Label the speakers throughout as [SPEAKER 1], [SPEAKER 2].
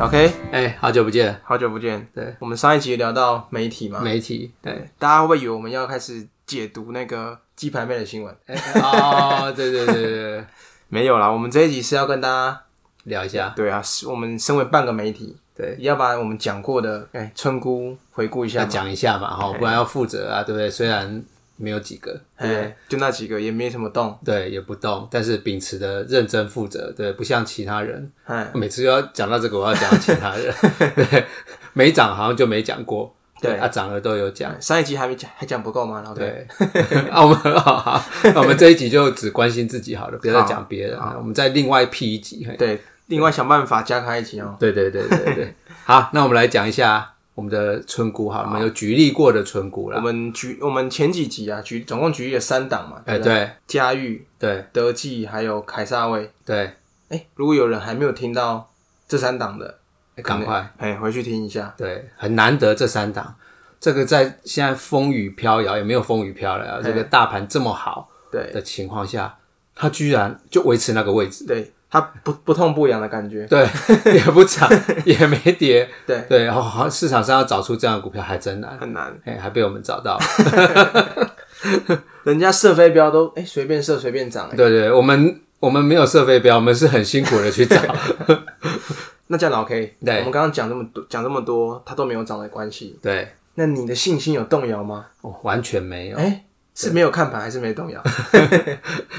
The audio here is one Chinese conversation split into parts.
[SPEAKER 1] OK，
[SPEAKER 2] 哎、好久不见，
[SPEAKER 1] 好久不见。
[SPEAKER 2] 对，
[SPEAKER 1] 我们上一集聊到媒体嘛，
[SPEAKER 2] 媒体，对，
[SPEAKER 1] 对，大家会不会以为我们要开始解读那个鸡排妹的新闻？
[SPEAKER 2] 哎哦， 对对对对对，
[SPEAKER 1] 没有啦，我们这一集是要跟大家，
[SPEAKER 2] 聊 一下，
[SPEAKER 1] 对啊，是我们身为半个媒体，
[SPEAKER 2] 对，
[SPEAKER 1] 要把我们讲过的，哎、村姑回顾一下
[SPEAKER 2] 要
[SPEAKER 1] 嘛，
[SPEAKER 2] 讲一下嘛，哦哈，不然要负责啊，对不对？虽然没有几个，
[SPEAKER 1] 哎、就那几个也没什么动，
[SPEAKER 2] 对，也不动，但是秉持的认真负责，对，不像其他人，
[SPEAKER 1] 哎、
[SPEAKER 2] 每次要讲到这个，我要讲到其他人，对，没讲好像就没讲过，
[SPEAKER 1] 对
[SPEAKER 2] 啊，涨了都有讲。
[SPEAKER 1] 上一集还没讲，还讲不够吗？OK，
[SPEAKER 2] 对， 啊，我们好好，那我们这一集就只关心自己好了，不要再讲别人了。我们再另外辟一集。嘿
[SPEAKER 1] 对，另外想办法加开一集哦。
[SPEAKER 2] 对对对对对。好，那我们来讲一下我们的村姑好了，我们有举例过的村姑
[SPEAKER 1] 我
[SPEAKER 2] 啦。
[SPEAKER 1] 们举我们前几集啊，举总共举例了三档嘛，
[SPEAKER 2] 哎，
[SPEAKER 1] 不对？
[SPEAKER 2] 对
[SPEAKER 1] 嘉裕、
[SPEAKER 2] 对
[SPEAKER 1] 德记还有凯撒威。
[SPEAKER 2] 对，
[SPEAKER 1] 哎，如果有人还没有听到这三档的，
[SPEAKER 2] 哎赶快，
[SPEAKER 1] 哎，回去听一下。
[SPEAKER 2] 对，很难得这三档，这个在现在风雨飘摇，也没有风雨飘摇，这个大盘这么好
[SPEAKER 1] 对
[SPEAKER 2] 的情况下，它居然就维持那个 位置，
[SPEAKER 1] 对，它不不痛不痒的感觉。
[SPEAKER 2] 对，也不涨，也没跌，
[SPEAKER 1] 对，
[SPEAKER 2] 对，然后好像市场上要找出这样的股票还真难。
[SPEAKER 1] 很难。
[SPEAKER 2] 哎、还被我们找到。
[SPEAKER 1] 人家射飞镖都哎随便射随便涨，哎
[SPEAKER 2] 对对，我们我们没有设飞镖，我们是很辛苦的去找。
[SPEAKER 1] 那这样老 K，
[SPEAKER 2] 对
[SPEAKER 1] 我们刚刚讲这么多讲这么多，它都没有涨的关系。
[SPEAKER 2] 对，
[SPEAKER 1] 那你的信心有动摇吗？
[SPEAKER 2] 哦完全没有，
[SPEAKER 1] 哎，是没有看盘还是没动 摇？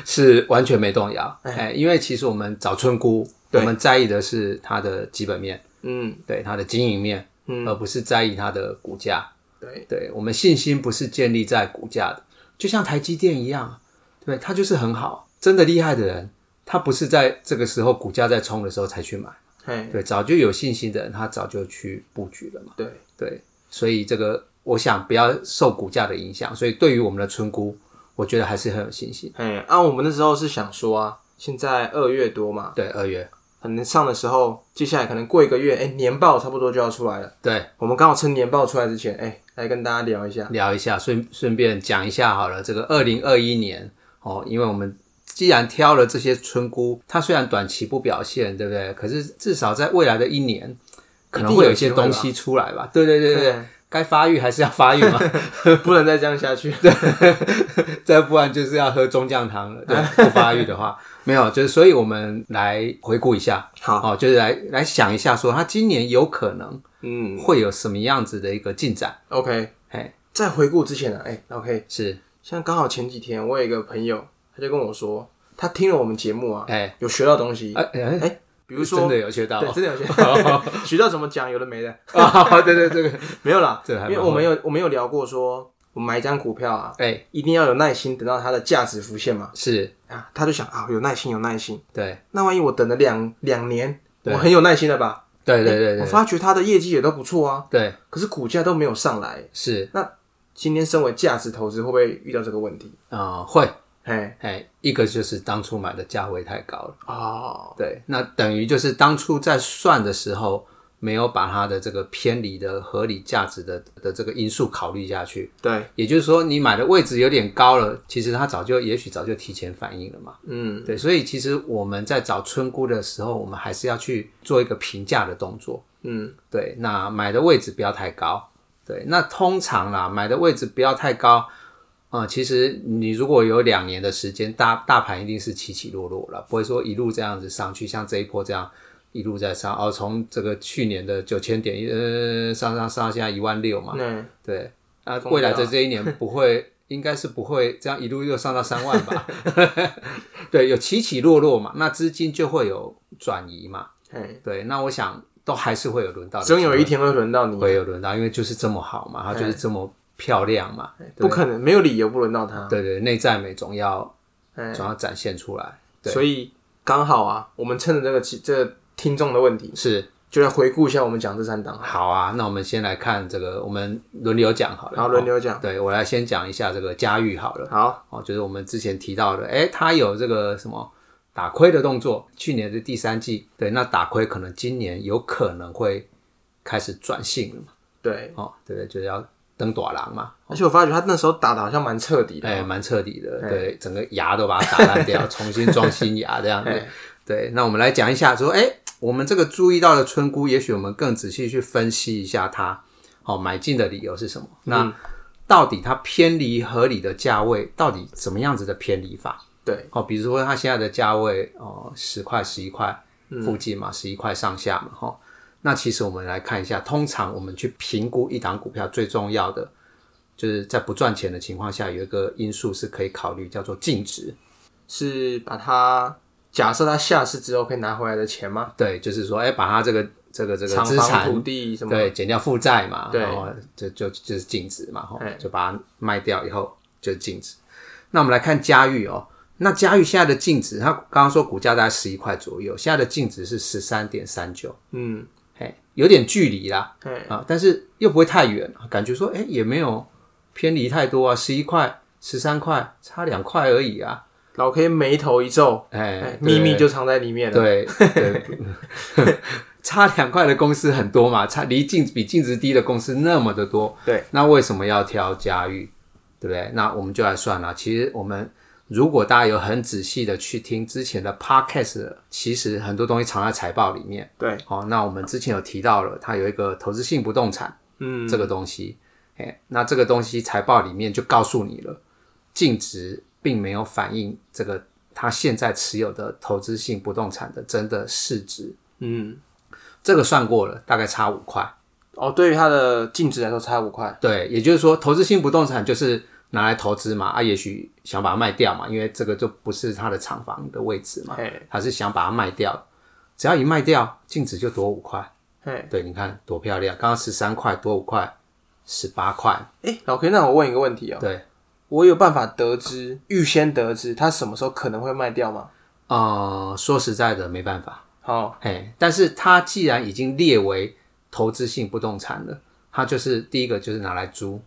[SPEAKER 2] 是完全没动摇。哎、因为其实我们找村姑，我们在意的是它的基本面，
[SPEAKER 1] 嗯，
[SPEAKER 2] 对它的经营面，
[SPEAKER 1] 嗯
[SPEAKER 2] 而不是在意它的股价。
[SPEAKER 1] 对
[SPEAKER 2] 对，我们信心不是建立在股价的，就像台积电一样，对，它就是很好，真的厉害的人，他不是在这个时候股价在冲的时候才去买，
[SPEAKER 1] 哎，
[SPEAKER 2] 对，早就有信心的人，他早就去布局了嘛。
[SPEAKER 1] 对，
[SPEAKER 2] 对，所以这个我想不要受股价的影响，所以对于我们的村姑，我觉得还是很有信心。
[SPEAKER 1] 哎，啊，我们那时候是想说啊，现在二月多嘛，
[SPEAKER 2] 对，二月，
[SPEAKER 1] 可能上的时候，接下来可能过一个月，哎、年报差不多就要出来了。
[SPEAKER 2] 对，
[SPEAKER 1] 我们刚好趁年报出来之前，哎、来跟大家聊一下。
[SPEAKER 2] 聊一下，顺顺便讲一下好了，这个二零二一年哦，因为我们。既然挑了这些村姑，它虽然短期不表现，对不对？可是至少在未来的一年，可能会有一些东西出来吧。对对对
[SPEAKER 1] 嗯
[SPEAKER 2] 对，该发育还是要发育嘛，
[SPEAKER 1] 不能再这样下去。
[SPEAKER 2] 再不然就是要喝中酱汤了。对，不发育的话，没有，就是所以我们来回顾一下，
[SPEAKER 1] 好，
[SPEAKER 2] 哦，就是来来想一下说他今年有可能
[SPEAKER 1] 嗯
[SPEAKER 2] 会有什么样子的一个进展。
[SPEAKER 1] ，OK。
[SPEAKER 2] 哎，
[SPEAKER 1] 在回顾之前呢、啊，哎、o k
[SPEAKER 2] 是，
[SPEAKER 1] 像刚好前几天，我有一个朋友，他就跟我说，他听了我们节目啊，
[SPEAKER 2] 哎，
[SPEAKER 1] 有学到东西，
[SPEAKER 2] 哎哎，
[SPEAKER 1] 比如
[SPEAKER 2] 真
[SPEAKER 1] 说，
[SPEAKER 2] 的有学到
[SPEAKER 1] 对，
[SPEAKER 2] 哦
[SPEAKER 1] 真的有学， 学到怎么讲，有的没的，
[SPEAKER 2] 啊？对对，这个，
[SPEAKER 1] 没有啦，
[SPEAKER 2] 这还
[SPEAKER 1] 因
[SPEAKER 2] 蛮
[SPEAKER 1] 为我们有我们有聊过说，我们买一张股票啊，
[SPEAKER 2] 哎，
[SPEAKER 1] 一定要有耐心，等到它的价值浮现嘛。
[SPEAKER 2] 是，
[SPEAKER 1] 啊，他就想啊，有耐心，有耐心。
[SPEAKER 2] 对，
[SPEAKER 1] 那万一我等了两两年，
[SPEAKER 2] 对
[SPEAKER 1] 我很有耐心了吧？哎
[SPEAKER 2] 对对对
[SPEAKER 1] 我
[SPEAKER 2] 对
[SPEAKER 1] 发觉他的业绩也都不错啊，
[SPEAKER 2] 对，
[SPEAKER 1] 可是股价都没有上来。
[SPEAKER 2] 是
[SPEAKER 1] 今天身为价值投资，会不会遇到这个问题？
[SPEAKER 2] 啊，会，
[SPEAKER 1] 哎，
[SPEAKER 2] 哎，一个就是当初买的价位太高了，
[SPEAKER 1] 哦，
[SPEAKER 2] 对，那等于就是当初在算的时候。没有把它的这个偏离的合理价值的的这个因素考虑下去，
[SPEAKER 1] 对，
[SPEAKER 2] 也就是说，你买的位置有点高了，其实它早就也许早就提前反应了嘛。
[SPEAKER 1] 嗯，
[SPEAKER 2] 对，所以其实我们在找村姑的时候，我们还是要去做一个评价的动作。
[SPEAKER 1] 嗯，
[SPEAKER 2] 对，那买的位置不要太高。对，那通常啦，买的位置不要太高。啊、其实你如果有两年的时间，大大盘一定是起起落落了，不会说一路这样子上去，像这一波这样一路在上。哦，从这个去年的九千点，呃，上上上到现在一万六嘛。
[SPEAKER 1] 那
[SPEAKER 2] 对，那、
[SPEAKER 1] 疯
[SPEAKER 2] 未来的
[SPEAKER 1] 掉
[SPEAKER 2] 这一年不会， 应该是不会这样一路又上到三万吧？ 对，有起起落落嘛，那资金就会有转移嘛。
[SPEAKER 1] 哎，
[SPEAKER 2] 对，那我想都还啊是会有轮到的机会，
[SPEAKER 1] 总有一天会哎轮到你，
[SPEAKER 2] 会有轮到，因为就是这么好嘛，它就是这么漂亮嘛。
[SPEAKER 1] 不可能，没有理由不轮到他。
[SPEAKER 2] 对对，内在美总要
[SPEAKER 1] 哎，
[SPEAKER 2] 总要展现出来，对
[SPEAKER 1] 所以刚好啊，我们趁着这个机这个听众的问题，
[SPEAKER 2] 是
[SPEAKER 1] 就来回顾一下我们讲这三档，
[SPEAKER 2] 好啊。那我们先来看这个，我们轮流讲好了。
[SPEAKER 1] 然后轮流讲。
[SPEAKER 2] 对我来先讲一下这个佳玉好了。
[SPEAKER 1] 好，
[SPEAKER 2] 哦，就是我们之前提到的，哎，它有这个什么打亏的动作，去年的第三季，对，那打亏可能今年有可能会开始转性了嘛，
[SPEAKER 1] 对，
[SPEAKER 2] 哦，对不对？就是要登短狼嘛，
[SPEAKER 1] 而且我发觉他那时候打的好像蛮彻底的。
[SPEAKER 2] 哎，蛮彻底的，对，整个牙都把它打烂掉，重新装新牙这样子，对。那我们来讲一下，说，哎，我们这个注意到的村姑，也许我们更仔细去分析一下它，好、买进的理由是什么？那到底它偏离合理的价位，到底怎么样子的偏离法？
[SPEAKER 1] 对，
[SPEAKER 2] 哦，比如说它现在的价位哦，十块、十一块附近嘛，十一、块上下嘛，哈、那其实我们来看一下，通常我们去评估一档股票最重要的，就是在不赚钱的情况下，有一个因素是可以考虑，叫做净值。
[SPEAKER 1] 是把它假设它下市之后可以拿回来的钱吗？
[SPEAKER 2] 对，就是说，哎、把它这个这个这个
[SPEAKER 1] 厂
[SPEAKER 2] 资
[SPEAKER 1] 房、
[SPEAKER 2] 产
[SPEAKER 1] 土地什么？
[SPEAKER 2] 对，减掉负债嘛，
[SPEAKER 1] 对
[SPEAKER 2] 然后就就就是净值嘛，吼
[SPEAKER 1] 哎，
[SPEAKER 2] 就把它卖掉以后就是净值。那我们来看嘉裕哦，那嘉裕现在的净值，它刚刚说股价大概十一块左右，现在的净值是十三点三九，
[SPEAKER 1] 嗯，
[SPEAKER 2] 嘿，有点距离啦，
[SPEAKER 1] 哎，
[SPEAKER 2] 啊，但是又不会太远，感觉说，哎、也没有偏离太多啊，十一块、十三块，差两块而已啊，
[SPEAKER 1] 老 K 眉头一皱，
[SPEAKER 2] 哎、
[SPEAKER 1] 哎，
[SPEAKER 2] 对
[SPEAKER 1] 秘密就藏在里面了。
[SPEAKER 2] 对对， 差两块的公司很多嘛，差离净比净值低的公司那么的多。
[SPEAKER 1] 对，
[SPEAKER 2] 那为什么要挑嘉裕？对不对？那我们就来算了。其实我们如果大家有很仔细的去听之前的 podcast，其实很多东西藏在财报里面。
[SPEAKER 1] 对，
[SPEAKER 2] 哦，那我们之前有提到了，它有一个投资性不动产。
[SPEAKER 1] 嗯，
[SPEAKER 2] 这个东西，哎，那这个东西财报里面就告诉你了，净值并没有反映这个他现在持有的投资性不动产的真的市值，
[SPEAKER 1] 嗯，
[SPEAKER 2] 这个算过了，大概差五块。
[SPEAKER 1] 哦，对于它的净值来说差五块。
[SPEAKER 2] 对，也就是说，投资性不动产就是拿来投资嘛，啊，也许想把它卖掉嘛，因为这个就不是他的厂房的位置嘛，
[SPEAKER 1] 哎
[SPEAKER 2] 他是想把它卖掉，只要一卖掉，净值就多五块。
[SPEAKER 1] 哎
[SPEAKER 2] 对，你看多漂亮，刚刚十三块多五块，十八块，
[SPEAKER 1] 哎，老 K，那我问一个问题哦，
[SPEAKER 2] 对。
[SPEAKER 1] 我有办法得知预先得知它什么时候可能会卖掉吗？
[SPEAKER 2] 呃，说实在的，没办法，
[SPEAKER 1] 好，
[SPEAKER 2] 哎，但是它既然已经列为投资性不动产了，它就是第一个就是拿来租，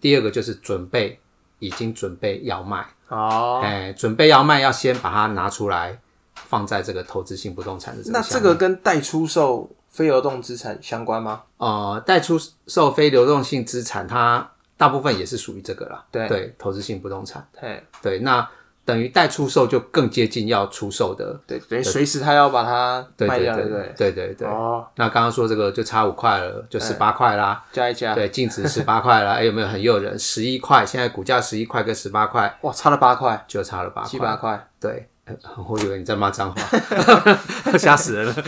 [SPEAKER 2] 第二个就是准备已经准备要卖，
[SPEAKER 1] 哦，
[SPEAKER 2] 哎、准备要卖要先把它拿出来放在这个投资性不动产的这个
[SPEAKER 1] 那
[SPEAKER 2] 项
[SPEAKER 1] 这
[SPEAKER 2] 目。
[SPEAKER 1] 个跟待出售非流动资产相关吗？
[SPEAKER 2] 呃，待出售非流动性资产，它大部分也是属于这个啦，
[SPEAKER 1] 对
[SPEAKER 2] 对，投资性不动产，
[SPEAKER 1] 对
[SPEAKER 2] 对，那等于待出售就更接近要出售的，
[SPEAKER 1] 对，等于随时他要把它
[SPEAKER 2] 对
[SPEAKER 1] 卖
[SPEAKER 2] 对
[SPEAKER 1] 掉，
[SPEAKER 2] 对
[SPEAKER 1] 对不对？
[SPEAKER 2] 对对对。
[SPEAKER 1] 哦，
[SPEAKER 2] 那刚刚说这个就差五块了，
[SPEAKER 1] 哎
[SPEAKER 2] 就十八块啦，
[SPEAKER 1] 加一加，
[SPEAKER 2] 对，净值十八块啦，哎，有没有很诱人？十一块，现在股价十一块跟十八块
[SPEAKER 1] 哇，差了八块，
[SPEAKER 2] 就差了八
[SPEAKER 1] 七
[SPEAKER 2] 块，
[SPEAKER 1] 八块，
[SPEAKER 2] 对，呃我以为你在骂脏话， 吓死人了。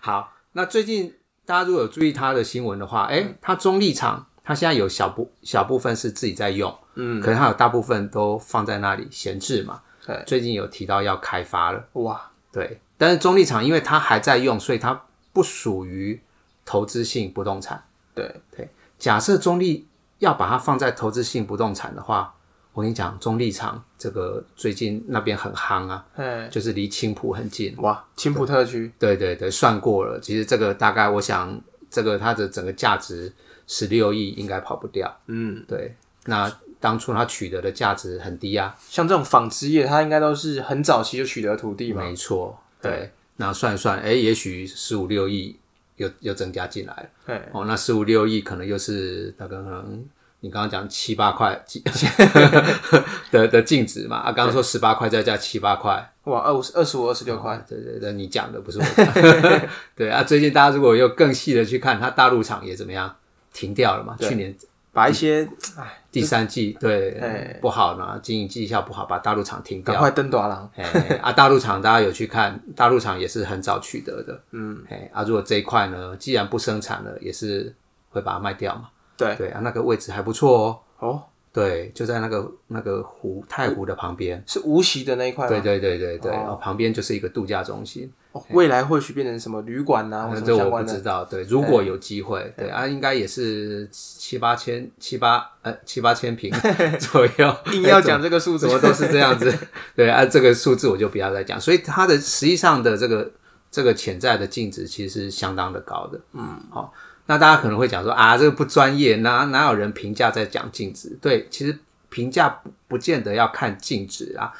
[SPEAKER 2] 好，那最近大家如果有注意他的新闻的话，
[SPEAKER 1] 嗯
[SPEAKER 2] 哎，他中立场，他现在有小部小部分是自己在用，嗯，可能他有大部分都放在那里闲置嘛，
[SPEAKER 1] 对，
[SPEAKER 2] 最近有提到要开发了。
[SPEAKER 1] 哇，
[SPEAKER 2] 对，但是中立场因为它还在用，所以它不属于投资性不动产。
[SPEAKER 1] 对
[SPEAKER 2] 对，假设中立要把它放在投资性不动产的话，我跟你讲，中立场这个最近那边很夯啊，
[SPEAKER 1] 哎，
[SPEAKER 2] 就是离青浦很近。
[SPEAKER 1] 哇，青浦特区，
[SPEAKER 2] 对对对，算过了，其实这个大概我想，这个它的整个价值十六亿应该跑不掉。
[SPEAKER 1] 嗯，
[SPEAKER 2] 对，那当初它取得的价值很低啊，
[SPEAKER 1] 像这种纺织业，它应该都是很早期就取得土地嘛，
[SPEAKER 2] 没错，对。那算一算，哎、也许十五六亿又又增加进来了。
[SPEAKER 1] 对，
[SPEAKER 2] 哦，那十五六亿可能又是大概可能你刚刚讲七 八块几的的净值嘛？啊，刚刚说十八块再加七八块，
[SPEAKER 1] 哇，二五二十五、二十六块，
[SPEAKER 2] 对对对，你讲的不是我 讲。对啊，最近大家如果又更细的去看，它大陆厂也怎么样停掉了嘛？去年
[SPEAKER 1] 把一些，
[SPEAKER 2] 嗯
[SPEAKER 1] 哎，
[SPEAKER 2] 第三季对
[SPEAKER 1] 哎
[SPEAKER 2] 不好呢，经营绩效不好，把大陆厂停掉
[SPEAKER 1] 赶。快登短廊，
[SPEAKER 2] 哎、啊，大陆厂大家有去看，大陆厂也是很早取得的，嗯，哎、啊，如果这一块呢，既然不生产了，也是会把它卖掉嘛，
[SPEAKER 1] 对，
[SPEAKER 2] 对啊，那个位置还不错哦，
[SPEAKER 1] 哦，
[SPEAKER 2] 对，就在那个那个湖太湖的旁边，
[SPEAKER 1] 是无锡的那一块
[SPEAKER 2] 对
[SPEAKER 1] 吗？
[SPEAKER 2] 对对对对，哦，旁边就是一个度假中心，
[SPEAKER 1] 哦未来或许变成什么旅馆呐，或
[SPEAKER 2] 反
[SPEAKER 1] 什
[SPEAKER 2] 正
[SPEAKER 1] 么
[SPEAKER 2] 我
[SPEAKER 1] 相
[SPEAKER 2] 不
[SPEAKER 1] 关
[SPEAKER 2] 知
[SPEAKER 1] 的，
[SPEAKER 2] 道，对，如果有机会，对啊，应该也是七八千七八呃七八千平 左右，
[SPEAKER 1] 硬要讲这个数字
[SPEAKER 2] 怎，么都是哎这样子。对啊，这个数字我就不要再讲。所以它的实际上的这个这个潜在的净值其实是相当的高的。嗯，好、那大家可能会讲说啊，这个不专业，哪哪有人评价在讲净值？对，其实评价不不见得要看净值啊，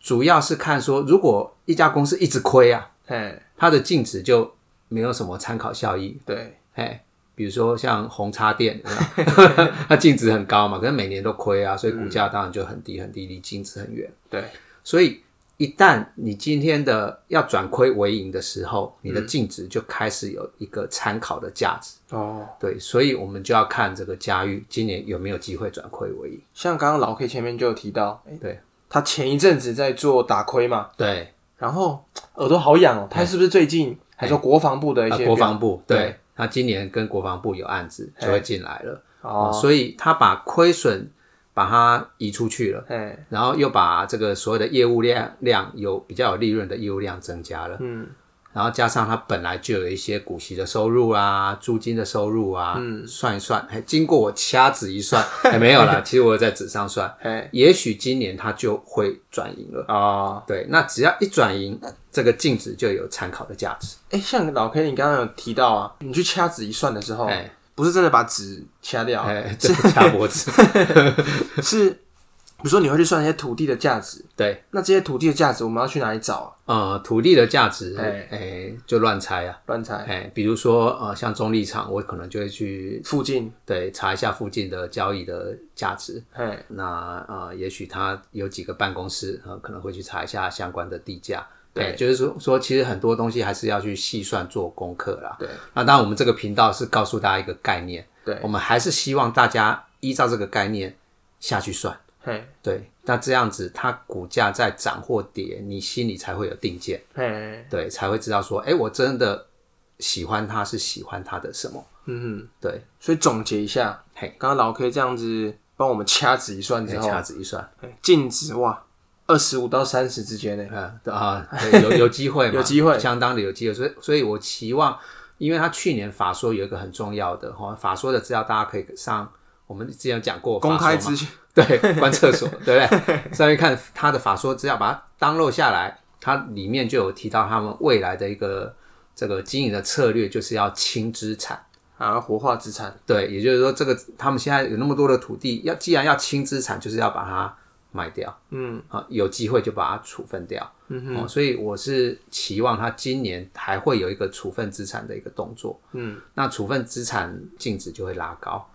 [SPEAKER 2] 主要是看说如果一家公司一直亏啊，
[SPEAKER 1] 哎，
[SPEAKER 2] 它的净值就没有什么参考效益。
[SPEAKER 1] 对，
[SPEAKER 2] 哎，比如说像红叉店，有没有 它净值很高嘛，可是每年都亏啊，所以股价当然就很低很低，离净值很远。
[SPEAKER 1] 对，
[SPEAKER 2] 所以一旦你今天的要转亏为盈的时候，你的净值就开始有一个参考的价值。
[SPEAKER 1] 哦，
[SPEAKER 2] 对，所以我们就要看这个嘉裕今年有没有机会转亏为盈。
[SPEAKER 1] 像刚刚老 K 前面就有提到，诶
[SPEAKER 2] 对，
[SPEAKER 1] 他前一阵子在做打亏嘛，
[SPEAKER 2] 对，
[SPEAKER 1] 然后耳朵好痒哦，他是不是最近还说国防部的一
[SPEAKER 2] 呃
[SPEAKER 1] 些
[SPEAKER 2] 国防部
[SPEAKER 1] 对
[SPEAKER 2] 对，他今年跟国防部有案子就会进来了，
[SPEAKER 1] 哦，
[SPEAKER 2] 所以他把亏损把它移出去了。
[SPEAKER 1] 哎，
[SPEAKER 2] 然后又把这个所有的业务量量有比较有利润的业务量增加了，
[SPEAKER 1] 嗯，
[SPEAKER 2] 然后加上它本来就有一些股息的收入啊、租金的收入啊，嗯，算一算，还经过我掐指一 算，哎，没有啦，其实我有在纸上算，
[SPEAKER 1] 哎，
[SPEAKER 2] 也许今年它就会转盈了。
[SPEAKER 1] 哦，
[SPEAKER 2] 对，那只要一转盈，这个净值就有参考的价值。
[SPEAKER 1] 哎，像老 K 你刚刚有提到啊，你去掐指一算的时候，
[SPEAKER 2] 哎
[SPEAKER 1] 不是真的把纸掐掉，啊
[SPEAKER 2] 哎，这 个掐脖子，
[SPEAKER 1] 是比如说你会去算一些土地的价值，
[SPEAKER 2] 对，
[SPEAKER 1] 那这些土地的价值我们要去哪里找啊？
[SPEAKER 2] 呃，土地的价值，
[SPEAKER 1] 哎
[SPEAKER 2] 哎，就乱猜啊。
[SPEAKER 1] 乱猜，
[SPEAKER 2] 哎，比如说呃，像中立场，我可能就会去
[SPEAKER 1] 附近，
[SPEAKER 2] 对，查一下附近的交易的价值。
[SPEAKER 1] 哎，
[SPEAKER 2] 那呃，也许他有几个办公室，呃，可能会去查一下相关的地价。对，就是说说，其实很多东西还是要去细算做功课啦。
[SPEAKER 1] 对，
[SPEAKER 2] 那当然我们这个频道是告诉大家一个概念，
[SPEAKER 1] 对，
[SPEAKER 2] 我们还是希望大家依照这个概念下去算。
[SPEAKER 1] 嘿，
[SPEAKER 2] 对，那这样子它股价在涨或跌，你心里才会有定见，
[SPEAKER 1] 嘿，
[SPEAKER 2] 对，才会知道说，哎、我真的喜欢它是喜欢它的什么？
[SPEAKER 1] 嗯
[SPEAKER 2] 对
[SPEAKER 1] 哼，，所以总结一下，
[SPEAKER 2] 嘿
[SPEAKER 1] 刚刚老 K 这样子帮我们掐指一算之后，
[SPEAKER 2] 掐指一算。
[SPEAKER 1] 哎净值哇，二十五到三十之间呢，
[SPEAKER 2] 呃对啊， 对有有机会嘛，
[SPEAKER 1] 嗯 有机会
[SPEAKER 2] 相当的有机会，所以所以我期望，因为他去年法说有一个很重要的哈，法说的资料大家可以上，我们之前有讲过
[SPEAKER 1] 公开
[SPEAKER 2] 法说
[SPEAKER 1] 资
[SPEAKER 2] 嘛
[SPEAKER 1] 讯，
[SPEAKER 2] 对观 厕所对不对？上面看他的法说资料，把它 download 下来，它里面就有提到他们未来的一个这个经营的策略，就是要轻资产。
[SPEAKER 1] 啊，活化资产，
[SPEAKER 2] 对，也就是说，这个他们现在有那么多的土地，要既然要清资产，就是要把它卖掉。嗯，啊，有机会就把它处分掉。嗯哼、哦，所以我是期望他今年还会有一个处分资产的一个动作。嗯，那处分资产净值就会拉高。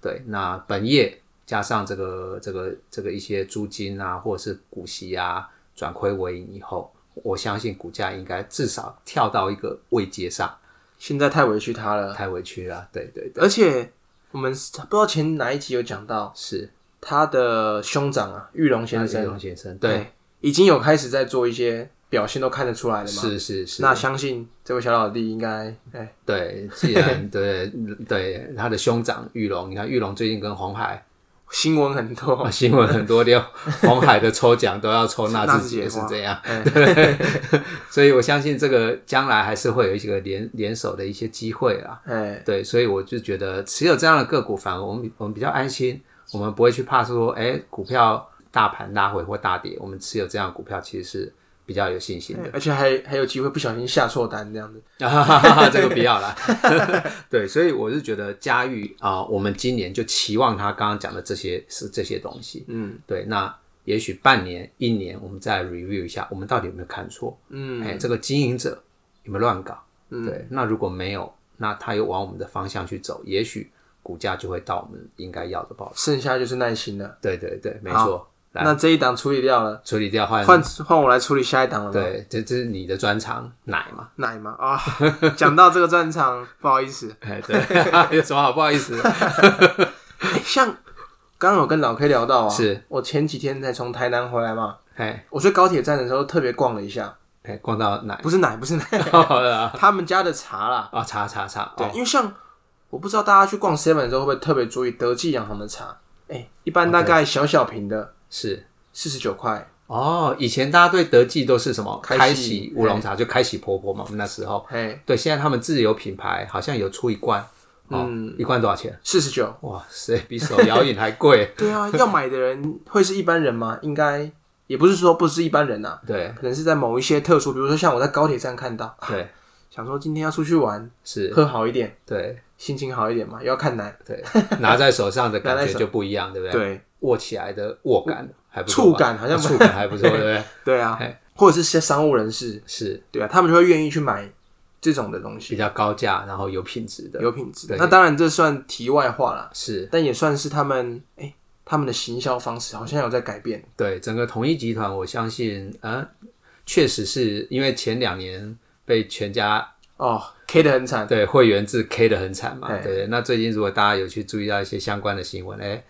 [SPEAKER 2] 对，那本业加上这个这个这个一些租金啊，或者是股息啊，转亏为盈以后，我相信股价应该至少跳到一个位阶上，呃
[SPEAKER 1] 现在太委屈他了。
[SPEAKER 2] 太委屈了。对对对，
[SPEAKER 1] 而且我们不知道前哪一集有讲到
[SPEAKER 2] 是
[SPEAKER 1] 他的兄长啊，玉龙先
[SPEAKER 2] 那
[SPEAKER 1] 生，
[SPEAKER 2] 龙先生，对。
[SPEAKER 1] 已经有开始在做一些表现，都看得出来了嘛。
[SPEAKER 2] 是是是，
[SPEAKER 1] 那相信这位小老弟应该，哎，
[SPEAKER 2] 对，既然对 对他的兄长玉龙，你看玉龙最近跟红海、
[SPEAKER 1] 新闻很多，
[SPEAKER 2] 啊 新闻很多，连红海的抽奖都要抽纳
[SPEAKER 1] 纳
[SPEAKER 2] 智
[SPEAKER 1] 智
[SPEAKER 2] 捷
[SPEAKER 1] 捷
[SPEAKER 2] 是
[SPEAKER 1] 哇
[SPEAKER 2] 这样，
[SPEAKER 1] 哎
[SPEAKER 2] 所以我相信这个将来还是会有一些联联手的一些机会啦。
[SPEAKER 1] 哎，
[SPEAKER 2] 对，所以我就觉得持有这样的个股，反而我们我们比较安心，我们不会去怕说，哎，股票大盘拉回或大跌，我们持有这样的股票其实是比较有信心的。
[SPEAKER 1] 而且还还有机会不小心下错单这样子。
[SPEAKER 2] 啊， 这个不要啦。 对，所以我是觉得嘉裕啊、我们今年就期望他刚刚讲的这些是这些东西。
[SPEAKER 1] 嗯，
[SPEAKER 2] 对，那也许半年、一年，我们再 review 一下，我们到底有没有看错？
[SPEAKER 1] 嗯，
[SPEAKER 2] 哎、这个经营者有没有乱搞？
[SPEAKER 1] 嗯
[SPEAKER 2] 对，那如果没有，那他又往我们的方向去走，也许股价就会到我们应该要的报酬。
[SPEAKER 1] 剩下就是耐心了。
[SPEAKER 2] 对对对，没错。来
[SPEAKER 1] 那这一档处理掉了，
[SPEAKER 2] 处理掉换
[SPEAKER 1] 换换我来处理下一档了吗？
[SPEAKER 2] 对，这这是你的专长奶嘛？
[SPEAKER 1] 奶吗？啊， 讲到这个战场，不好意思，
[SPEAKER 2] 哎，对， 有什么好不好意 思？
[SPEAKER 1] 哎像刚刚有跟老 K 聊到啊，
[SPEAKER 2] 是
[SPEAKER 1] 我前几天才从台南回来嘛，
[SPEAKER 2] 哎
[SPEAKER 1] 我去高铁站的时候特别逛了一下，
[SPEAKER 2] 哎，逛到奶。
[SPEAKER 1] 不是奶，不是奶，
[SPEAKER 2] 好 了
[SPEAKER 1] 他们家的茶啦。
[SPEAKER 2] 啊，查查查，
[SPEAKER 1] 对，
[SPEAKER 2] 哦，
[SPEAKER 1] 因为像我不知道大家去逛 Seven 的时候会不会特别注意德记洋行的茶，哎、一般大概小小瓶的
[SPEAKER 2] 是
[SPEAKER 1] 四十九块，
[SPEAKER 2] 哦。以前大家对德记都是什么
[SPEAKER 1] 开喜
[SPEAKER 2] 开喜乌龙茶，就开喜婆婆嘛，我们那时候。
[SPEAKER 1] 哎，
[SPEAKER 2] 对，现在他们自有品牌，好像有出一罐，哦，
[SPEAKER 1] 嗯
[SPEAKER 2] 一罐多少钱？
[SPEAKER 1] 四十九。。
[SPEAKER 2] 哇塞，比手摇饮还贵
[SPEAKER 1] 对啊，要买的人会是一般人吗？应该也不是说不是一般人啊呐、
[SPEAKER 2] 对
[SPEAKER 1] 可能是在某一些特殊，比如说像我在高铁站看到，
[SPEAKER 2] 对，
[SPEAKER 1] 想说今天要出去玩，
[SPEAKER 2] 是，
[SPEAKER 1] 喝好一点，
[SPEAKER 2] 对
[SPEAKER 1] 心情好一点嘛，又要看奶，
[SPEAKER 2] 对，拿在手上的感
[SPEAKER 1] 拿在
[SPEAKER 2] 觉就不一样，对不对？
[SPEAKER 1] 对嗯
[SPEAKER 2] 握起来的握感还不错吧，哦
[SPEAKER 1] 触感好像不
[SPEAKER 2] 触感还不错，对不对？
[SPEAKER 1] 对啊
[SPEAKER 2] 嘿，
[SPEAKER 1] 或者是些商务人士，
[SPEAKER 2] 是
[SPEAKER 1] 对啊，他们就会愿意去买这种的东西，
[SPEAKER 2] 比较高价，然后有品质的，
[SPEAKER 1] 有品质的。
[SPEAKER 2] 对
[SPEAKER 1] 那当然这算题外话啦，
[SPEAKER 2] 是
[SPEAKER 1] 但也算是他们哎、他们的行销方式好像有在改变。
[SPEAKER 2] 对整个统一集团，我相信，呃，确实是因为前两年被全家
[SPEAKER 1] 哦，K 的很惨，
[SPEAKER 2] 对会员制 K 的很惨嘛，
[SPEAKER 1] 对
[SPEAKER 2] 对。那最近如果大家有去注意到一些相关的新闻，哎，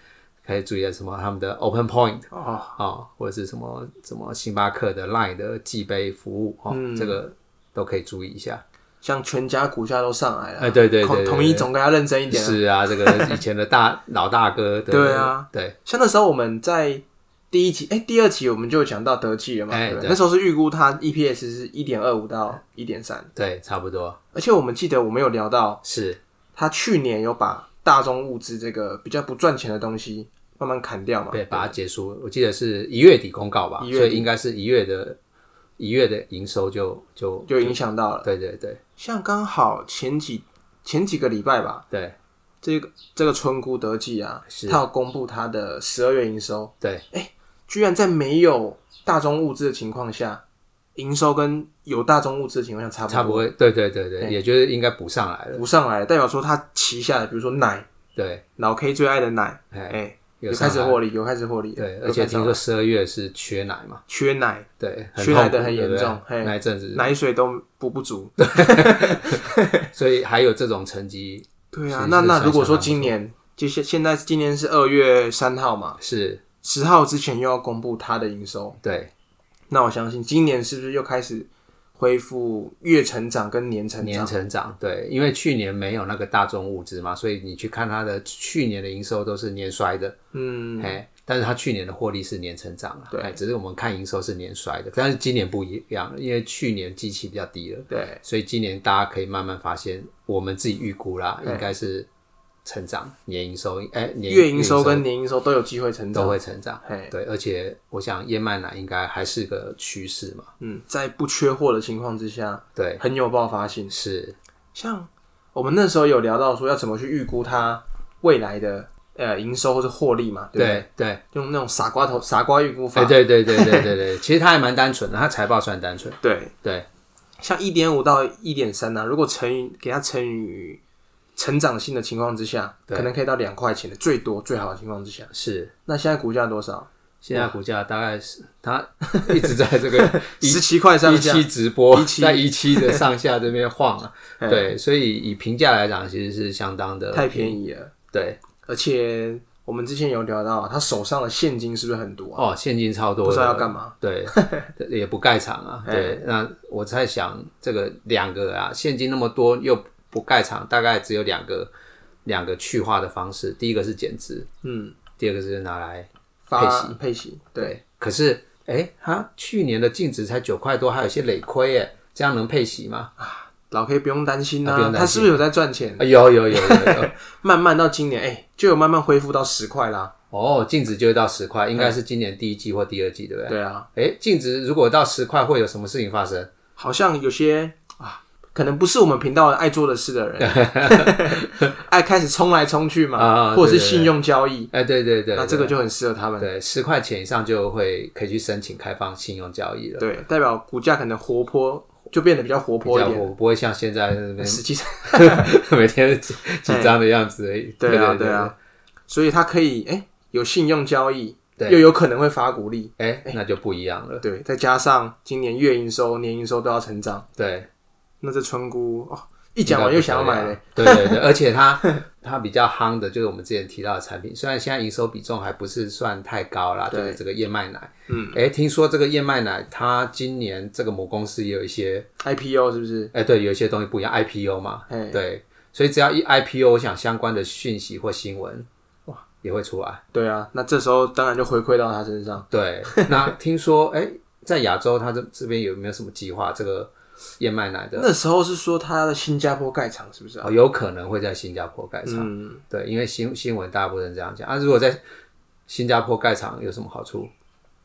[SPEAKER 2] 可以注意到什么他们的 Open Point
[SPEAKER 1] 哦，
[SPEAKER 2] 啊、哦，或者是什么什么星巴克的 Line 的寄杯服务哦，
[SPEAKER 1] 嗯
[SPEAKER 2] 这个都可以注意一下。
[SPEAKER 1] 像全家股价都上来了，
[SPEAKER 2] 哎对对对
[SPEAKER 1] 统
[SPEAKER 2] 对对
[SPEAKER 1] 统一总该要认真一点啊。
[SPEAKER 2] 是啊，这个以前的大 老大哥，对
[SPEAKER 1] 对啊，
[SPEAKER 2] 对
[SPEAKER 1] 像那时候我们在第一集，哎、第二集我们就有讲到德记了嘛，
[SPEAKER 2] 哎
[SPEAKER 1] 对不对
[SPEAKER 2] 对哎
[SPEAKER 1] 那时候是预估它 EPS 是一点二五到一点三，
[SPEAKER 2] 对，差不多
[SPEAKER 1] 而且我们记得我们有聊到，
[SPEAKER 2] 是
[SPEAKER 1] 它去年有把大宗物资这个比较不赚钱的东西慢慢砍掉嘛，
[SPEAKER 2] 对，把它结束。我记得是一月底公告吧，
[SPEAKER 1] 啊一月底
[SPEAKER 2] 所以应该是一月的一月的营收就就
[SPEAKER 1] 就影响到了。
[SPEAKER 2] 对对对
[SPEAKER 1] 像刚好前几前几个礼拜吧，
[SPEAKER 2] 对
[SPEAKER 1] 这个这个村姑德记啊，
[SPEAKER 2] 是
[SPEAKER 1] 它有公布它的十二月营收，
[SPEAKER 2] 对，
[SPEAKER 1] 居然在没有大宗物资的情况下，营收跟有大宗物资的情况下差不多
[SPEAKER 2] 差。不多，对对对对，也就是应该补上来了。
[SPEAKER 1] 补上来，代表说他旗下的，比如说奶，
[SPEAKER 2] 对，
[SPEAKER 1] 老 K 最爱的奶，哎、
[SPEAKER 2] 哎，
[SPEAKER 1] 有
[SPEAKER 2] 上
[SPEAKER 1] 开始
[SPEAKER 2] 来
[SPEAKER 1] 获利，有开始获利，
[SPEAKER 2] 对，
[SPEAKER 1] 有
[SPEAKER 2] 而且
[SPEAKER 1] 开始
[SPEAKER 2] 听说十二月是缺奶嘛，
[SPEAKER 1] 缺奶，
[SPEAKER 2] 对，
[SPEAKER 1] 缺奶
[SPEAKER 2] 痛苦
[SPEAKER 1] 得很严
[SPEAKER 2] 对不对
[SPEAKER 1] 重嘿
[SPEAKER 2] 那一阵子，
[SPEAKER 1] 奶水都补不足。
[SPEAKER 2] 所以还有这种成绩
[SPEAKER 1] 对啊
[SPEAKER 2] 是，
[SPEAKER 1] 那
[SPEAKER 2] 是
[SPEAKER 1] 那
[SPEAKER 2] 算
[SPEAKER 1] 如果说
[SPEAKER 2] 相当不
[SPEAKER 1] 今年，就现现在今年是二月三号嘛，
[SPEAKER 2] 是，
[SPEAKER 1] 十号之前又要公布它的营收，
[SPEAKER 2] 对
[SPEAKER 1] 那我相信今年是不是又开始恢复月成长跟年成
[SPEAKER 2] 年
[SPEAKER 1] 长？
[SPEAKER 2] 成长，对，因为去年没有那个大众物资嘛，所以你去看它的去年的营收都是年衰的，
[SPEAKER 1] 嗯，
[SPEAKER 2] 哎，但是它去年的获利是年成长了，
[SPEAKER 1] 对
[SPEAKER 2] 哎，只是我们看营收是年衰的，但是今年不一样，因为去年基期比较低了，
[SPEAKER 1] 对，
[SPEAKER 2] 所以今年大家可以慢慢发现，我们自己预估啦，
[SPEAKER 1] 哎
[SPEAKER 2] 应该是成长年营收，哎，年
[SPEAKER 1] 月营收跟年营收都有机会成
[SPEAKER 2] 都
[SPEAKER 1] 长。
[SPEAKER 2] 会成长
[SPEAKER 1] 嘿，
[SPEAKER 2] 对，而且我想燕麦奶应该还是个趋势嘛，
[SPEAKER 1] 嗯，在不缺货的情况之下，
[SPEAKER 2] 对，
[SPEAKER 1] 很有爆发性。
[SPEAKER 2] 是，
[SPEAKER 1] 像我们那时候有聊到说要怎么去预估它未来的呃营收或是获利嘛，对不
[SPEAKER 2] 对对，
[SPEAKER 1] 对？用那种傻瓜头傻瓜预估法，
[SPEAKER 2] 哎，对对对对对对，其实它还蛮单纯的，它财报算单纯，
[SPEAKER 1] 对
[SPEAKER 2] 对，
[SPEAKER 1] 像一点五到一点三啊呢，如果乘以给它乘以成长性的情况之下，
[SPEAKER 2] 对
[SPEAKER 1] 可能可以到两块钱的最多最好的情况之下。
[SPEAKER 2] 是。
[SPEAKER 1] 那现在股价多少？
[SPEAKER 2] 现在股价大概是它 一直在这个
[SPEAKER 1] 十七块上
[SPEAKER 2] 一
[SPEAKER 1] 下。
[SPEAKER 2] 期直播
[SPEAKER 1] 一期
[SPEAKER 2] 在一期的上下这边 晃啊，
[SPEAKER 1] 嗯
[SPEAKER 2] 对，所以以评价来讲，其实是相当的
[SPEAKER 1] 太便宜了。
[SPEAKER 2] 对
[SPEAKER 1] 而且我们之前有聊到，他啊手上的现金是不是很多啊？
[SPEAKER 2] 哦，现金超多，
[SPEAKER 1] 不知道要干嘛。 哎
[SPEAKER 2] 对，也不盖厂啊，对，那我在想这个两个啊，现金那么多又不盖厂，大概只有两个两个去化的方式，第一个是减资，
[SPEAKER 1] 嗯，
[SPEAKER 2] 第二个是拿来
[SPEAKER 1] 发
[SPEAKER 2] 配
[SPEAKER 1] 息配息，对，
[SPEAKER 2] 对，可是哎，他去年的净值才九块多，还有一些累亏哎，这样能配 息吗？
[SPEAKER 1] 老 K 不用担心
[SPEAKER 2] 啊不
[SPEAKER 1] 啊，
[SPEAKER 2] 用担心
[SPEAKER 1] 他是不是有在赚钱？
[SPEAKER 2] 啊，有有有有有，
[SPEAKER 1] 慢慢到今年，哎、就有慢慢恢复到十块啦。
[SPEAKER 2] 哦，净值就会到十块，应该
[SPEAKER 1] 嗯
[SPEAKER 2] 是今年第一季或第二季，对不对？
[SPEAKER 1] 对啊，
[SPEAKER 2] 哎，净值如果到十块，会有什么事情发生？
[SPEAKER 1] 好像有些啊，可能不是我们频道爱做的事的 人，爱开始冲来冲去嘛，
[SPEAKER 2] 啊
[SPEAKER 1] 或者是
[SPEAKER 2] 对对对
[SPEAKER 1] 信用交易，
[SPEAKER 2] 哎，对对对，
[SPEAKER 1] 那这个就很适合他们。
[SPEAKER 2] 对十块钱以上就会可以去申请开放信用交易了，
[SPEAKER 1] 对，代表股价可能活泼，就变得比较活
[SPEAKER 2] 比嗯
[SPEAKER 1] 泼一
[SPEAKER 2] 较
[SPEAKER 1] 点。
[SPEAKER 2] 我不会像现在那边
[SPEAKER 1] 实际上，
[SPEAKER 2] 每天几几张的样子而已。
[SPEAKER 1] 对啊，
[SPEAKER 2] 对
[SPEAKER 1] 对啊，所以它可以哎、有信用交易，
[SPEAKER 2] 对
[SPEAKER 1] 又有可能会发股利，
[SPEAKER 2] 对，哎，那就不一样了。
[SPEAKER 1] 对，再加上今年月营收、年营收都要成长，
[SPEAKER 2] 对，
[SPEAKER 1] 那这村姑哦，一讲完又想要买嘞。
[SPEAKER 2] 对啊对对，而且它 它比较夯的就是我们之前提到的产品，虽然现在营收比重还不是算太高啦，就是这个燕麦奶。嗯，哎，听说这个燕麦奶它今年这个母公司也有一些，
[SPEAKER 1] IPO 是不是？
[SPEAKER 2] 哎，对，有一些东西不一样，IPO 嘛
[SPEAKER 1] 哎，
[SPEAKER 2] 对，所以只要一 IPO，我想相关的讯息或新闻哇也会出来。
[SPEAKER 1] 对啊，那这时候当然就回馈到他身上。
[SPEAKER 2] 对，那听说哎，在亚洲它这这边有没有什么计划？这个燕麦奶的
[SPEAKER 1] 那时候是说他的新加坡盖厂是不是啊？
[SPEAKER 2] 哦，有可能会在新加坡盖厂。
[SPEAKER 1] 嗯，
[SPEAKER 2] 对，因为新新闻大部分这样讲啊。如果在新加坡盖厂有什么好处？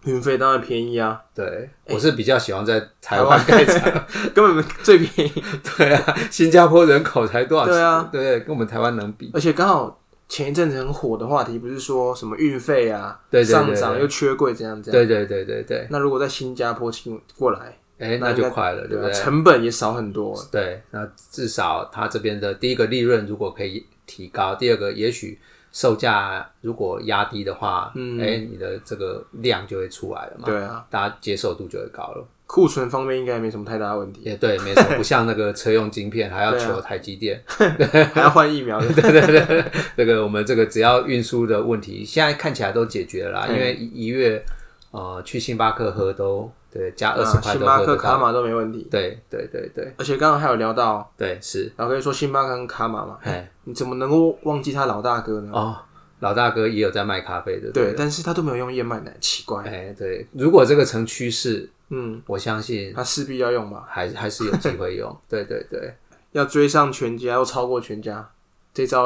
[SPEAKER 1] 运费当然便宜啊，
[SPEAKER 2] 对，我是比较喜欢在哎台湾盖厂。
[SPEAKER 1] 根本最便宜，
[SPEAKER 2] 对啊，新加坡人口才多少？
[SPEAKER 1] 对啊，
[SPEAKER 2] 对，跟我们台湾能比？
[SPEAKER 1] 而且刚好前一阵子很火的话题，不是说什么运费啊
[SPEAKER 2] 对对对
[SPEAKER 1] 上
[SPEAKER 2] 对
[SPEAKER 1] 涨又缺柜这样这样。
[SPEAKER 2] 对对对对对，
[SPEAKER 1] 那如果在新加坡请过来，
[SPEAKER 2] 哎，那就快了，对
[SPEAKER 1] 对
[SPEAKER 2] 不
[SPEAKER 1] 啊，
[SPEAKER 2] 对？
[SPEAKER 1] 成本也少很多。
[SPEAKER 2] 对，那至少它这边的第一个利润如果可以提高，第二个也许售价如果压嗯低的话，哎、你的这个量就会出来了嘛，
[SPEAKER 1] 对啊，
[SPEAKER 2] 大家接受度就会高了。
[SPEAKER 1] 库存方面应该没什么太大的问 题，
[SPEAKER 2] 也对，没错，不像那个车用晶片还要求台积电，
[SPEAKER 1] 还要换疫苗的。
[SPEAKER 2] 对对对， 这个我们这个只要运输的问题，现在看起来都解决了啦，
[SPEAKER 1] 嗯
[SPEAKER 2] 因为一一月呃去星巴克喝都对 加二十
[SPEAKER 1] 啊
[SPEAKER 2] 块
[SPEAKER 1] 星
[SPEAKER 2] 都
[SPEAKER 1] 巴
[SPEAKER 2] 喝
[SPEAKER 1] 克、
[SPEAKER 2] 得
[SPEAKER 1] 卡
[SPEAKER 2] 到，
[SPEAKER 1] 玛都没问题。
[SPEAKER 2] 对对对对
[SPEAKER 1] 而且刚刚还有聊到，
[SPEAKER 2] 对是，
[SPEAKER 1] 老哥说星巴克跟卡玛嘛，
[SPEAKER 2] 哎
[SPEAKER 1] 你怎么能够忘记他老大哥呢？
[SPEAKER 2] 哦，老大哥也有在卖咖啡的，
[SPEAKER 1] 对，但是他都没有用燕麦奶，奇怪。
[SPEAKER 2] 哎对，如果这个成趋势，
[SPEAKER 1] 嗯，
[SPEAKER 2] 我相信
[SPEAKER 1] 他势必要用吧，
[SPEAKER 2] 还还是有机会用，对对对。
[SPEAKER 1] 要追上全家，要超过全家，这招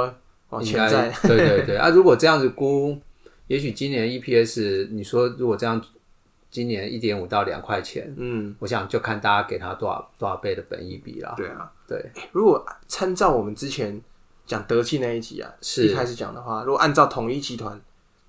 [SPEAKER 1] 哦，
[SPEAKER 2] 应
[SPEAKER 1] 潜
[SPEAKER 2] 该
[SPEAKER 1] 在
[SPEAKER 2] 对对对啊！如果这样子估，也许今年 EPS，你说如果这样，今年一点五到两块钱，
[SPEAKER 1] 嗯，
[SPEAKER 2] 我想就看大家给他多少多少倍的本益比啦。
[SPEAKER 1] 对啊。
[SPEAKER 2] 对，
[SPEAKER 1] 如果参照我们之前讲德记那一集啊，
[SPEAKER 2] 是
[SPEAKER 1] 一开始讲的话，如果按照统一集团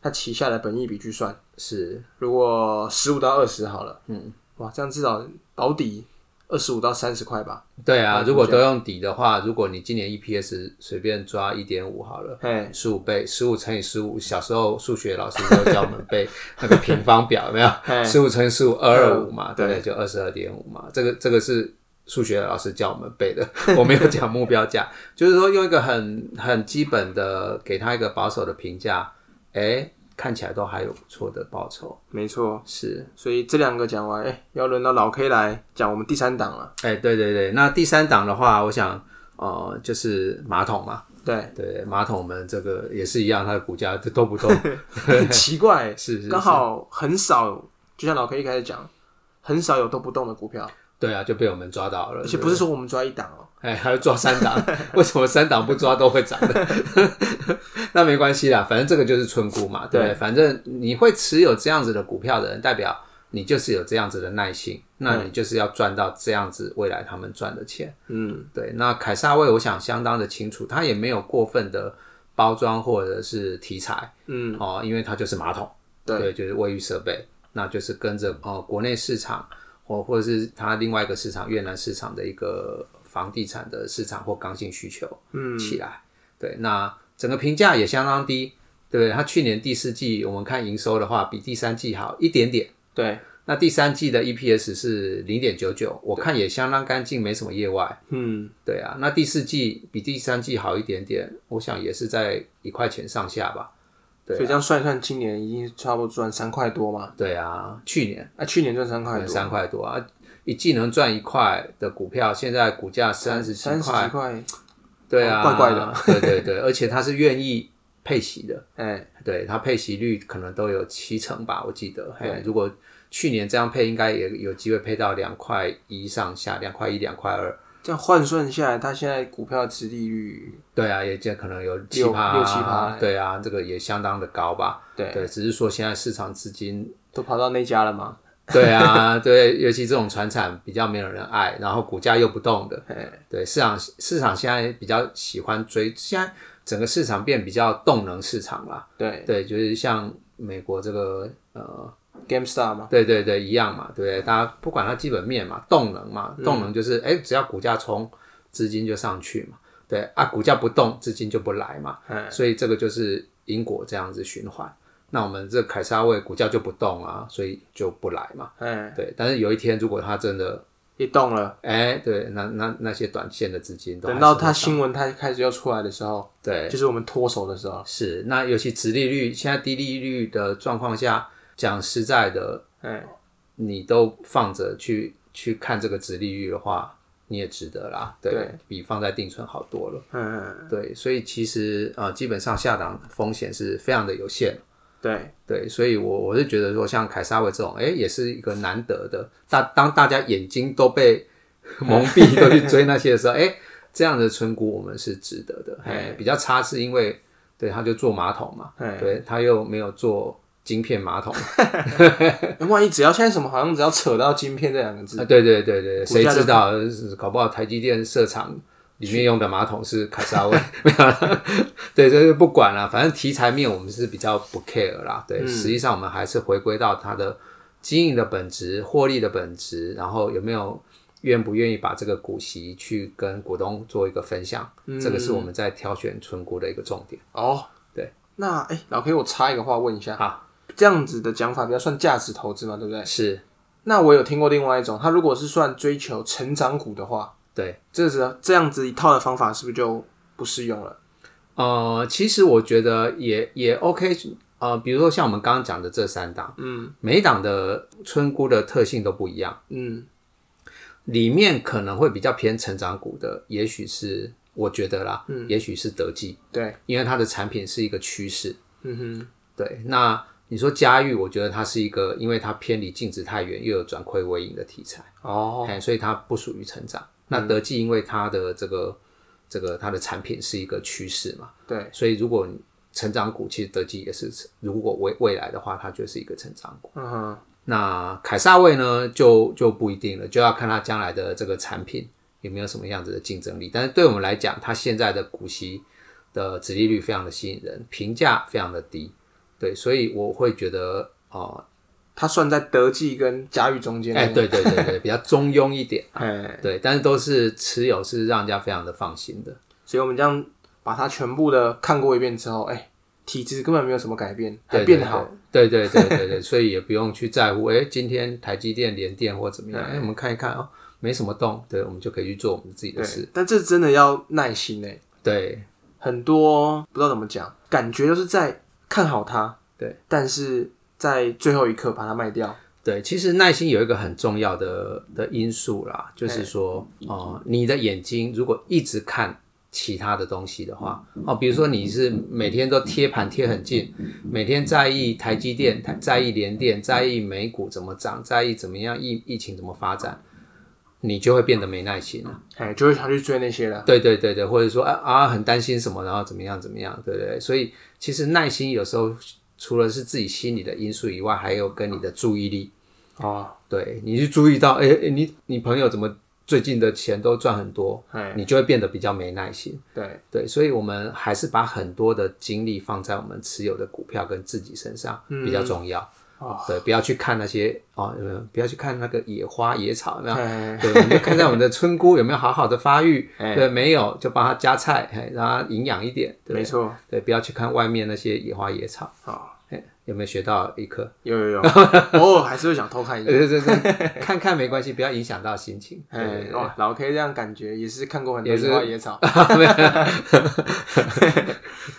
[SPEAKER 1] 它旗下的本益比去算，
[SPEAKER 2] 是
[SPEAKER 1] 如果十五到二十好了，嗯，哇，这样至少保底二十五到三十块吧，
[SPEAKER 2] 对啊。
[SPEAKER 1] 那
[SPEAKER 2] 如果都用底的话，如果你今年 EPS 随便抓一点五好了。
[SPEAKER 1] 嘿，
[SPEAKER 2] 十五倍，十五乘以十五，小时候数学老师都教我们背那个平方表，有没有？
[SPEAKER 1] 嘿
[SPEAKER 2] 十五乘以十五，二二五嘛，对
[SPEAKER 1] 对
[SPEAKER 2] 不对？就二十二点五嘛，这个这个是数学老师教我们背的， 我没有讲目标价，就是说用一个很很基本的，给他一个保守的评价，哎，看起来都还有不错的报酬，
[SPEAKER 1] 没错。
[SPEAKER 2] 是，
[SPEAKER 1] 所以这两个讲完，哎、要轮到老 K 来讲我们第三档了。
[SPEAKER 2] 哎，对对对，那第三档的话，我想。呃，就是马桶嘛，
[SPEAKER 1] 对，
[SPEAKER 2] 对，马桶我们这个也是一样，它的股价都动不动
[SPEAKER 1] 很奇怪，
[SPEAKER 2] 是是
[SPEAKER 1] 刚好很少，就像老 K 一开始讲，很少有都不动的股票，
[SPEAKER 2] 对啊，就被我们抓到了
[SPEAKER 1] 而。且不是说我们抓一档哦、
[SPEAKER 2] 哎，还要抓 三档，为什么三档不抓都会涨的？ 那没关系啦，反正这个就是村姑嘛，对不对，
[SPEAKER 1] 对
[SPEAKER 2] 反正你会持有这样子的股票的人，代表你就是有这样子的耐心，那你就是要赚到这样子未来他们赚的钱。
[SPEAKER 1] 嗯，
[SPEAKER 2] 对，那凯撒位我想相当的清楚，他也没有过分的包装或者是题材，
[SPEAKER 1] 嗯，
[SPEAKER 2] 哦，因为它就是马桶，
[SPEAKER 1] 对
[SPEAKER 2] 就是卫浴设备，那就是跟着哦、呃国内市场或或者是它另外一个市场越南市场的一个房地产的市场或刚性需求，嗯，起来，对，那整个评价也相当低，对不对？它去年第四季我们看营收的话，比第三季好一点点。
[SPEAKER 1] 对，
[SPEAKER 2] 那第三季的 EPS 是零点九九，我看也相当干净，没什么意外。
[SPEAKER 1] 嗯，
[SPEAKER 2] 对啊，那第四季比第三季好一点点，我想也是在一块钱上下吧。对啊
[SPEAKER 1] 所以这样算一算，今年已经差不多赚三块多嘛，
[SPEAKER 2] 对啊，去年
[SPEAKER 1] 啊，去年赚三块多，
[SPEAKER 2] 三块多啊，一季能赚一块的股票，现在股价三十几
[SPEAKER 1] 三十几
[SPEAKER 2] 块，
[SPEAKER 1] 块，
[SPEAKER 2] 对啊，
[SPEAKER 1] 怪怪的，
[SPEAKER 2] 对对对， 而且它是愿意配息的，
[SPEAKER 1] 哎、
[SPEAKER 2] 对它配息率可能都有七成吧，我记得，嘿，如果去年这样配，应该也有机会配到两块一上下，两块一、两块二，
[SPEAKER 1] 这样换算下来，它现在股票持利率，
[SPEAKER 2] 对啊，也就可能有七
[SPEAKER 1] 六
[SPEAKER 2] 趴，
[SPEAKER 1] 六七趴
[SPEAKER 2] 对啊，这个也相当的高吧，
[SPEAKER 1] 对，
[SPEAKER 2] 对，只是说现在市场资金
[SPEAKER 1] 都跑到那家了嘛，
[SPEAKER 2] 对啊，对，尤其这种船产比较没有人爱，然后股价又不动的
[SPEAKER 1] 嘿，
[SPEAKER 2] 对市场市场现在比较喜欢追，现在整个市场变比较动能市场啦，
[SPEAKER 1] 对
[SPEAKER 2] 对，就是像美国这个呃，
[SPEAKER 1] ，GameStar 嘛，
[SPEAKER 2] 对对对，一样嘛，对不对？大家不管它基本面嘛，动能嘛，
[SPEAKER 1] 嗯
[SPEAKER 2] 动能就是哎、只要股价冲，资金就上去嘛，对啊，股价不动，资金就不来嘛，
[SPEAKER 1] 哎，
[SPEAKER 2] 所以这个就是因果这样子循环。那我们这凯撒位股价就不动啊，所以就不来嘛。
[SPEAKER 1] 哎，
[SPEAKER 2] 对，但是有一天如果它真的，
[SPEAKER 1] 也动了。
[SPEAKER 2] 哎、对，那那那些短线的资金都还
[SPEAKER 1] 等
[SPEAKER 2] 是
[SPEAKER 1] 到
[SPEAKER 2] 会
[SPEAKER 1] 它
[SPEAKER 2] 上
[SPEAKER 1] 新闻它开始要出来的时候，
[SPEAKER 2] 对
[SPEAKER 1] 就是我们脱手的时候，
[SPEAKER 2] 是，那尤其殖利率现在低利率的状况下，讲实在的，
[SPEAKER 1] 哎，
[SPEAKER 2] 你都放着去去看这个殖利率的话，你也值得啦，对，
[SPEAKER 1] 对
[SPEAKER 2] 比放在定存好多了，
[SPEAKER 1] 嗯，
[SPEAKER 2] 对，所以其实呃，基本上下档风险是非常的有限。
[SPEAKER 1] 对，
[SPEAKER 2] 对，所以我，我是觉得说，像凯撒维这种，哎、也是一个难得的。大当大家眼睛都被蒙蔽，都去追那些的时候，哎、这样的村姑我们是值得的。哎，比较差是因为，对，他就做马桶嘛，
[SPEAKER 1] 哎
[SPEAKER 2] 对，他又没有做晶片马桶，
[SPEAKER 1] 哎万一只要现在什么好像只要扯到晶片这两个字，
[SPEAKER 2] 啊，对对对对，谁
[SPEAKER 1] 价
[SPEAKER 2] 知
[SPEAKER 1] 就
[SPEAKER 2] 道？是搞不好台积电设厂里面用的马桶是凯撒位，没有啦。 对，就是不管了，反正题材面我们是比较不 care 啦。对，实际上我们还是回归到它的经营的本质、获利的本质，然后有没有愿不愿意把这个股息去跟股东做一个分享，这个是我们在挑选存股的一个重点。
[SPEAKER 1] 哦，
[SPEAKER 2] 对，
[SPEAKER 1] 那哎、老 K，我插一个话问一下，
[SPEAKER 2] 好，
[SPEAKER 1] 这样子的讲法比较算价值投资嘛，对不对？
[SPEAKER 2] 是
[SPEAKER 1] 那我有听过另外一种，它如果是算追求成长股的话，
[SPEAKER 2] 对，
[SPEAKER 1] 这是这样子一套的方法是不是就不适用了？
[SPEAKER 2] 呃，其实我觉得也也 OK，呃，比如说像我们刚刚讲的这三档，嗯，每一档的村姑的特性都不一样，
[SPEAKER 1] 嗯，
[SPEAKER 2] 里面可能会比较偏成长股的，也许是我觉得啦，嗯，也许是德记，
[SPEAKER 1] 对，
[SPEAKER 2] 因为它的产品是一个趋势，
[SPEAKER 1] 嗯哼，
[SPEAKER 2] 对。那你说嘉裕，我觉得它是一个，因为它偏离净值太远，又有转亏为盈的题材，
[SPEAKER 1] 哦，嗯
[SPEAKER 2] 哎，所以它不属于成长。那德记因为它的这个这个它的产品是一个趋势嘛，
[SPEAKER 1] 对，
[SPEAKER 2] 所以如果你成长股，其实德基也是，如果未未来的话，它就是一个成长股。
[SPEAKER 1] 嗯哼，
[SPEAKER 2] 那凯撒位呢，就就不一定了，就要看它将来的这个产品有没有什么样子的竞争力。但是对我们来讲，它现在的股息的殖利率非常的吸引人，评价非常的低，对，所以我会觉得，哦、
[SPEAKER 1] 它算在德记跟嘉裕中间，
[SPEAKER 2] 哎、，对对对对，比较中庸一点，
[SPEAKER 1] 哎，
[SPEAKER 2] 对，但是都是持有是让人家非常的放心的。
[SPEAKER 1] 所以我们这样把它全部的看过一遍之后，哎，体质根本没有什么改变，还
[SPEAKER 2] 对
[SPEAKER 1] 变好，。
[SPEAKER 2] 对对对对对 对，所以也不用去在乎，哎，今天台积电、联电或怎么样，哎，我们看一看哦，没什么动，对，我们就可以去做我们自己的
[SPEAKER 1] 对
[SPEAKER 2] 事。，
[SPEAKER 1] 但这真的要耐心哎，
[SPEAKER 2] 对
[SPEAKER 1] 很多不知道怎么讲，感觉就是在看好它，
[SPEAKER 2] 对，
[SPEAKER 1] 但是在最后一刻把它卖掉，
[SPEAKER 2] 对，其实耐心有一个很重要的的因素啦，就是说，哦、你的眼睛如果一直看。其他的东西的话，哦，比如说你是每天都贴盘贴很近，每天在意台积电、台在意联电、在意美股怎么涨，在意怎么样疫疫情怎么发展，你就会变得没耐心了。
[SPEAKER 1] 哎，就会想去追那些了，
[SPEAKER 2] 对对对对，或者说啊啊很担心什么，然后怎么样怎么样，对不对？所以其实耐心有时候除了是自己心理的因素以外，还有跟你的注意力，
[SPEAKER 1] 哦，
[SPEAKER 2] 对你去注意到，哎，诶你你朋友怎么最近的钱都赚很多，
[SPEAKER 1] 哎，
[SPEAKER 2] 你就会变得比较没耐心。
[SPEAKER 1] 对，
[SPEAKER 2] 对，所以我们还是把很多的精力放在我们持有的股票跟自己身上比较重要。
[SPEAKER 1] 嗯哦
[SPEAKER 2] 对，不要去看那些哦，有没有不要去看那个野花野草，有没有？
[SPEAKER 1] 哎，
[SPEAKER 2] 对，我们就看在我们的村姑有没有好好的发育，
[SPEAKER 1] 哎
[SPEAKER 2] 对，没有就帮它加菜，哎，让它营养一点，对
[SPEAKER 1] 没错，
[SPEAKER 2] 对，不要去看外面那些野花野草，
[SPEAKER 1] 好，
[SPEAKER 2] 哎，有没有学到一课？
[SPEAKER 1] 有有有， 偶尔还是会想偷看一
[SPEAKER 2] 呃
[SPEAKER 1] 下。
[SPEAKER 2] 对对对， 看看没关系，不要影响到心情，对
[SPEAKER 1] 哎
[SPEAKER 2] 对，对
[SPEAKER 1] 哇，老 K 这样感觉也是看过很多
[SPEAKER 2] 也是
[SPEAKER 1] 野花野草。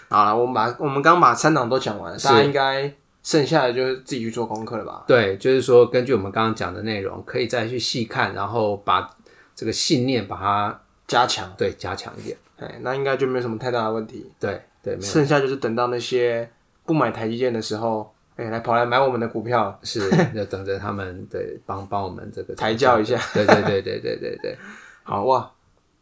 [SPEAKER 1] 好了，我们把我们刚把三档都讲完了，
[SPEAKER 2] 是
[SPEAKER 1] 大家应该剩下的就是自己去做功课了吧？
[SPEAKER 2] 对，就是说根据我们刚刚讲的内容，可以再去细看，然后把这个信念把它
[SPEAKER 1] 加强，
[SPEAKER 2] 对加强一点，
[SPEAKER 1] 哎，那应该就没有什么太大的问题。
[SPEAKER 2] 对对，没有
[SPEAKER 1] 剩下就是等到那些不买台积电的时候，哎，来跑来买我们的股票，
[SPEAKER 2] 是 要等着他们对帮帮我们这个
[SPEAKER 1] 抬轿一下。
[SPEAKER 2] 对对对对对对对。
[SPEAKER 1] 好哇，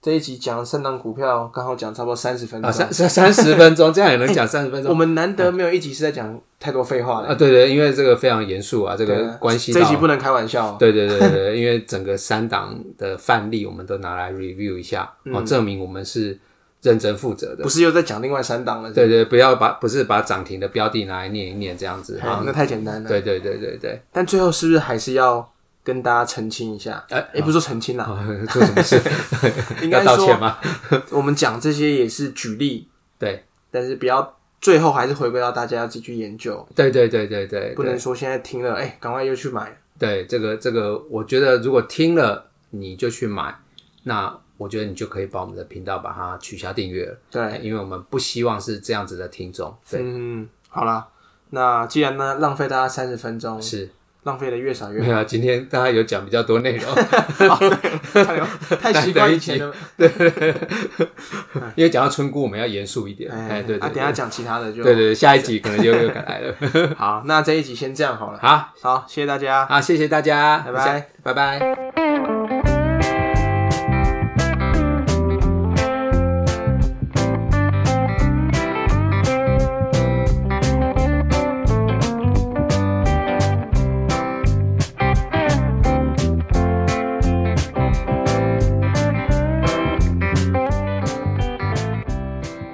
[SPEAKER 1] 这一集讲三档股票，刚好讲差不多三十分
[SPEAKER 2] 啊，
[SPEAKER 1] 钟。
[SPEAKER 2] 三三三十分钟，这样也能讲三十 分钟
[SPEAKER 1] 我们难得没有一集是在讲太多废话的，
[SPEAKER 2] 啊？对对，因为这个非常严肃啊，这
[SPEAKER 1] 对
[SPEAKER 2] 个
[SPEAKER 1] 啊
[SPEAKER 2] 关系
[SPEAKER 1] 这一
[SPEAKER 2] 到
[SPEAKER 1] 集不能开玩笑哦。
[SPEAKER 2] 对对对对对，因为整个三档的范例，我们都拿来 review 一 下，
[SPEAKER 1] 嗯
[SPEAKER 2] 哦，证明我们是认真负责的
[SPEAKER 1] 不。是又在讲另外三档了？
[SPEAKER 2] 对对，不要把不是把涨停的标的拿来念一念这样子
[SPEAKER 1] 哎
[SPEAKER 2] 啊。
[SPEAKER 1] 那太简单了。
[SPEAKER 2] 对对对对对，
[SPEAKER 1] 但最后是不是还是要跟大家澄清一下？
[SPEAKER 2] 哎
[SPEAKER 1] 也不是说澄清啦，
[SPEAKER 2] 啊做什么事
[SPEAKER 1] 应该
[SPEAKER 2] 要道歉
[SPEAKER 1] 说
[SPEAKER 2] 吗？
[SPEAKER 1] 我们讲这些也是举例，
[SPEAKER 2] 对
[SPEAKER 1] 但是不要最后还是回归到大家要自己去研究，
[SPEAKER 2] 对对对对对，
[SPEAKER 1] 不能说现在听了，哎，赶快又去买。
[SPEAKER 2] 对这个这个，我觉得如果听了你就去买，那我觉得你就可以把我们的频道把它取消订阅了。
[SPEAKER 1] 对，
[SPEAKER 2] 因为我们不希望是这样子的听众。对，
[SPEAKER 1] 嗯，好啦，那既然呢浪费大家三十分钟，
[SPEAKER 2] 是
[SPEAKER 1] 浪费的越少越
[SPEAKER 2] 没有啊。今天大家有讲比较多内 容，
[SPEAKER 1] 好， 太太习惯以前的，
[SPEAKER 2] 因为讲到村姑，我们要严肃一点。哎，
[SPEAKER 1] 哎，
[SPEAKER 2] 对
[SPEAKER 1] 啊，等一
[SPEAKER 2] 对
[SPEAKER 1] 下讲其他的就
[SPEAKER 2] 对对对，下一集可能就又又来了。
[SPEAKER 1] 好。那这一集先这样好了，
[SPEAKER 2] 好
[SPEAKER 1] 好，谢谢大家，
[SPEAKER 2] 好，谢谢大家，
[SPEAKER 1] 拜拜，
[SPEAKER 2] 拜拜。